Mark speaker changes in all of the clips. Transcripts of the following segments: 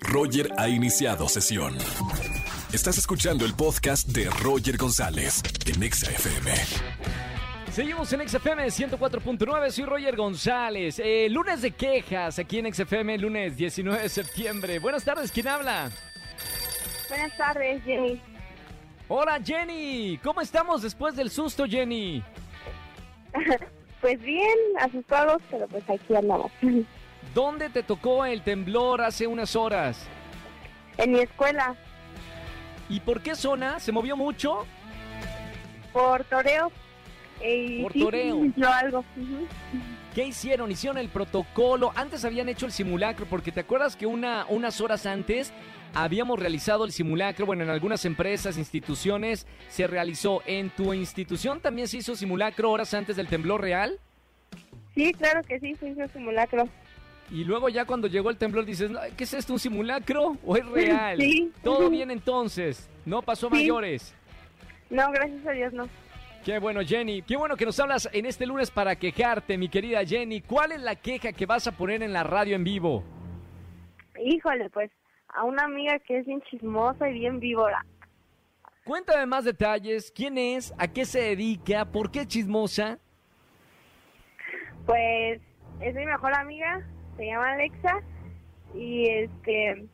Speaker 1: Roger ha iniciado sesión. Estás escuchando el podcast de Roger González en Exa FM.
Speaker 2: Seguimos en XFM 104.9, soy Roger González. Eh, lunes de quejas aquí en XFM, lunes 19 de septiembre. Buenas tardes, ¿quién habla?
Speaker 3: Buenas tardes, Jenny.
Speaker 2: Hola Jenny, ¿cómo estamos después del susto Jenny?
Speaker 3: Pues bien, asustados, pero pues aquí andamos. En
Speaker 2: ¿Dónde te tocó el temblor hace unas horas?
Speaker 3: mi escuela,
Speaker 2: ¿Y por qué zona? ¿Se movió mucho?
Speaker 3: por toreo. eh,
Speaker 2: Por
Speaker 3: sí,
Speaker 2: toreo.
Speaker 3: sí, Yo algo. ujú.
Speaker 2: ¿Qué hicieron? ¿Hicieron el protocolo? Antes habían hecho el simulacro, porque te acuerdas que una, unas horas antes habíamos realizado el simulacro. Bueno, en algunas empresas, instituciones se realizó. ¿En tu institución también se hizo simulacro horas antes del temblor real?
Speaker 3: Sí, claro que sí, se hizo simulacro.
Speaker 2: Y luego ya cuando llegó el temblor dices, "Ay, ¿qué es esto? ¿Un simulacro o es real?
Speaker 3: Sí.
Speaker 2: Todo bien entonces, no pasó a
Speaker 3: Sí.
Speaker 2: mayores.
Speaker 3: No, gracias a Dios, no.
Speaker 2: Qué bueno, Jenny. Qué bueno que nos hablas en este lunes para quejarte, mi querida Jenny. ¿Cuál es la queja que vas a poner en la radio en vivo?
Speaker 3: Híjole, pues a una amiga que es bien chismosa y bien víbora.
Speaker 2: Cuéntame más detalles. ¿Quién es? ¿A qué se dedica? ¿Por qué es chismosa?
Speaker 3: Pues es mi mejor amiga, se llama Alexa y este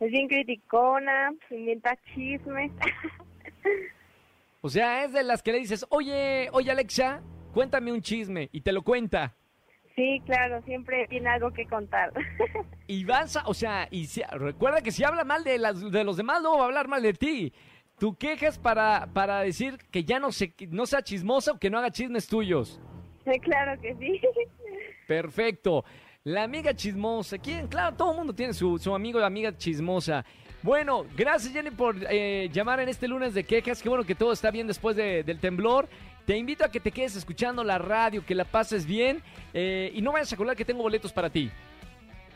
Speaker 3: es bien criticona, inventa chismes.
Speaker 2: O sea, es de las que le dices, oye, oye Alexa, cuéntame un chisme y te lo cuenta.
Speaker 3: sí, claro, siempre tiene algo que contar.
Speaker 2: Y vas a, o sea, y si- recuerda que si habla mal de, las, de los demás, luego va a hablar mal de ti. Tu queja es para, para decir que ya no, se, no sea chismosa o que no haga chismes tuyos.
Speaker 3: Sí, claro que sí.
Speaker 2: Perfecto. La amiga chismosa. ¿Quién? Claro, todo el mundo tiene su, su amigo o amiga chismosa. Bueno, gracias Jenny por eh, llamar en este lunes de quejas. Qué bueno que todo está bien después de- del temblor. Te invito a que te quedes escuchando la radio, que la pases bien eh, y no vayas a colar que tengo boletos para ti.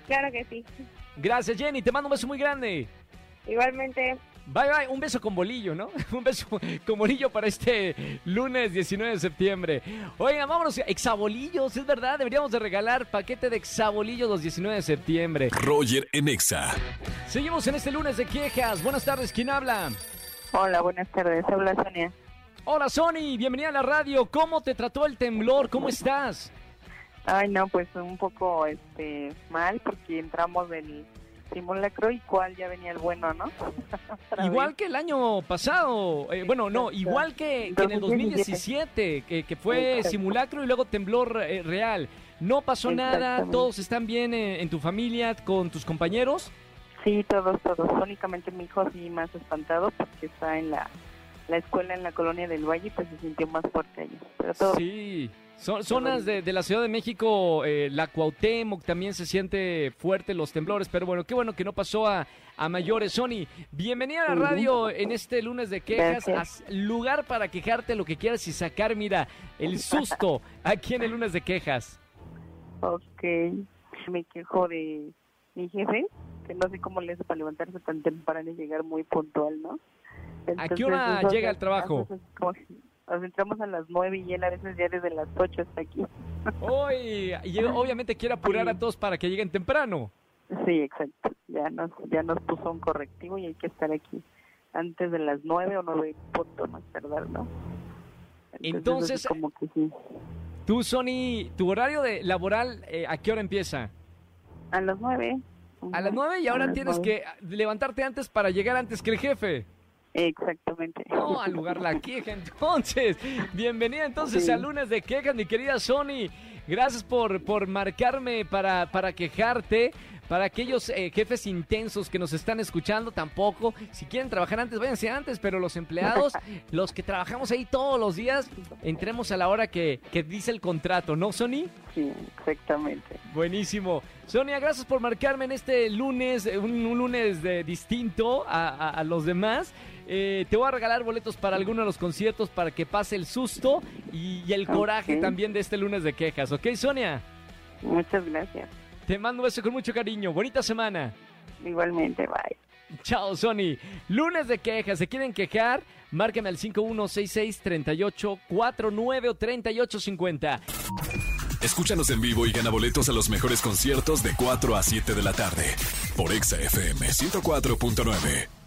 Speaker 3: claro que sí.
Speaker 2: Gracias Jenny, te mando un beso muy grande.
Speaker 3: Igualmente,
Speaker 2: Bye bye, un beso con bolillo, ¿no? Un beso con bolillo para este lunes 19 de septiembre. Oigan, vámonos, exabolillos, es verdad, deberíamos de regalar paquete de exabolillos los 19 de septiembre.
Speaker 1: Roger en Exa.
Speaker 2: Seguimos en este lunes de quejas. Buenas tardes, ¿quién habla?
Speaker 4: Hola, buenas tardes. Habla Sonia.
Speaker 2: Hola Sony, bienvenida a la radio. ¿Cómo te trató el temblor? ¿Cómo estás?
Speaker 4: Ay, no, pues un poco este mal porque entramos del simulacro y cuál ya venía el bueno, ¿no? Otra
Speaker 2: Igual
Speaker 4: vez.
Speaker 2: que el año pasado, eh, bueno, no,
Speaker 4: Exacto.
Speaker 2: igual que, que en el 2017, que, que fue
Speaker 4: Exacto.
Speaker 2: simulacro y luego temblor eh, real. No pasó nada,
Speaker 4: Exactamente.
Speaker 2: todos están bien eh, en tu familia, con tus compañeros.
Speaker 4: Sí, todos, todos. Únicamente mi hijo sí más espantado porque está en la, la escuela en la colonia del Valle y pues se sintió más fuerte allí. Pero todo,
Speaker 2: Sí, son, zonas de, de la Ciudad de México, eh, la Cuauhtémoc también se siente fuerte los temblores, pero bueno, qué bueno que no pasó a, a mayores. Sony, bienvenida a la
Speaker 4: Ujú.
Speaker 2: radio en este lunes de quejas,
Speaker 4: Gracias.
Speaker 2: haz lugar para quejarte lo que quieras y sacar, mira, el susto aquí en el lunes de quejas.
Speaker 4: ok. Me quejo de mi jefe, que no sé cómo le hace para levantarse tan temprano y llegar muy puntual, ¿no?
Speaker 2: ¿A qué hora
Speaker 4: eso
Speaker 2: llega
Speaker 4: ya-
Speaker 2: al trabajo?
Speaker 4: eso es como- Nos entramos a las nueve y él a veces ya desde las ocho está aquí.
Speaker 2: Hoy, y obviamente quiero apurar a todos para que lleguen temprano.
Speaker 4: Sí, exacto. Ya nos, ya nos puso un correctivo y hay que estar aquí antes de las nueve o nueve y punto más tardar, ¿no?
Speaker 2: Entonces-
Speaker 4: así como que sí.
Speaker 2: Tú, Sony, tu horario de laboral, eh, ¿a qué hora empieza?
Speaker 4: A las nueve.
Speaker 2: A las
Speaker 4: Ujú,
Speaker 2: 9 y
Speaker 4: a
Speaker 2: ahora
Speaker 4: las
Speaker 2: tienes
Speaker 4: nueve.
Speaker 2: que levantarte antes para llegar antes que el jefe.
Speaker 4: Exactamente.
Speaker 2: No, al lugar la queja entonces. Bienvenida entonces
Speaker 4: Sí.
Speaker 2: al lunes de quejas, mi querida Sony. Gracias por, por marcarme para, para quejarte. Para aquellos eh, jefes intensos que nos están escuchando, tampoco. Si quieren trabajar antes, váyanse antes. Pero los empleados, los que trabajamos ahí todos los días, entremos a la hora que, que dice el contrato, ¿no, Sony?
Speaker 4: Sí, exactamente.
Speaker 2: Buenísimo. Sonia, gracias por marcarme en este lunes, eh, un, un lunes de, distinto a, a- a los demás. Eh, te voy a regalar boletos para alguno de los conciertos para que pase el susto y, y el
Speaker 4: Ok.
Speaker 2: coraje también de este lunes de quejas, ¿ok, Sonia?
Speaker 4: Muchas gracias.
Speaker 2: Te mando un beso con mucho cariño. Bonita semana.
Speaker 4: Igualmente, bye.
Speaker 2: Chao, Sony. Lunes de quejas. ¿Se quieren quejar? Márcame al 5166-3849 o 3850.
Speaker 1: Escúchanos en vivo y gana boletos a los mejores conciertos de 4 a 7 de la tarde por Exa FM 104.9.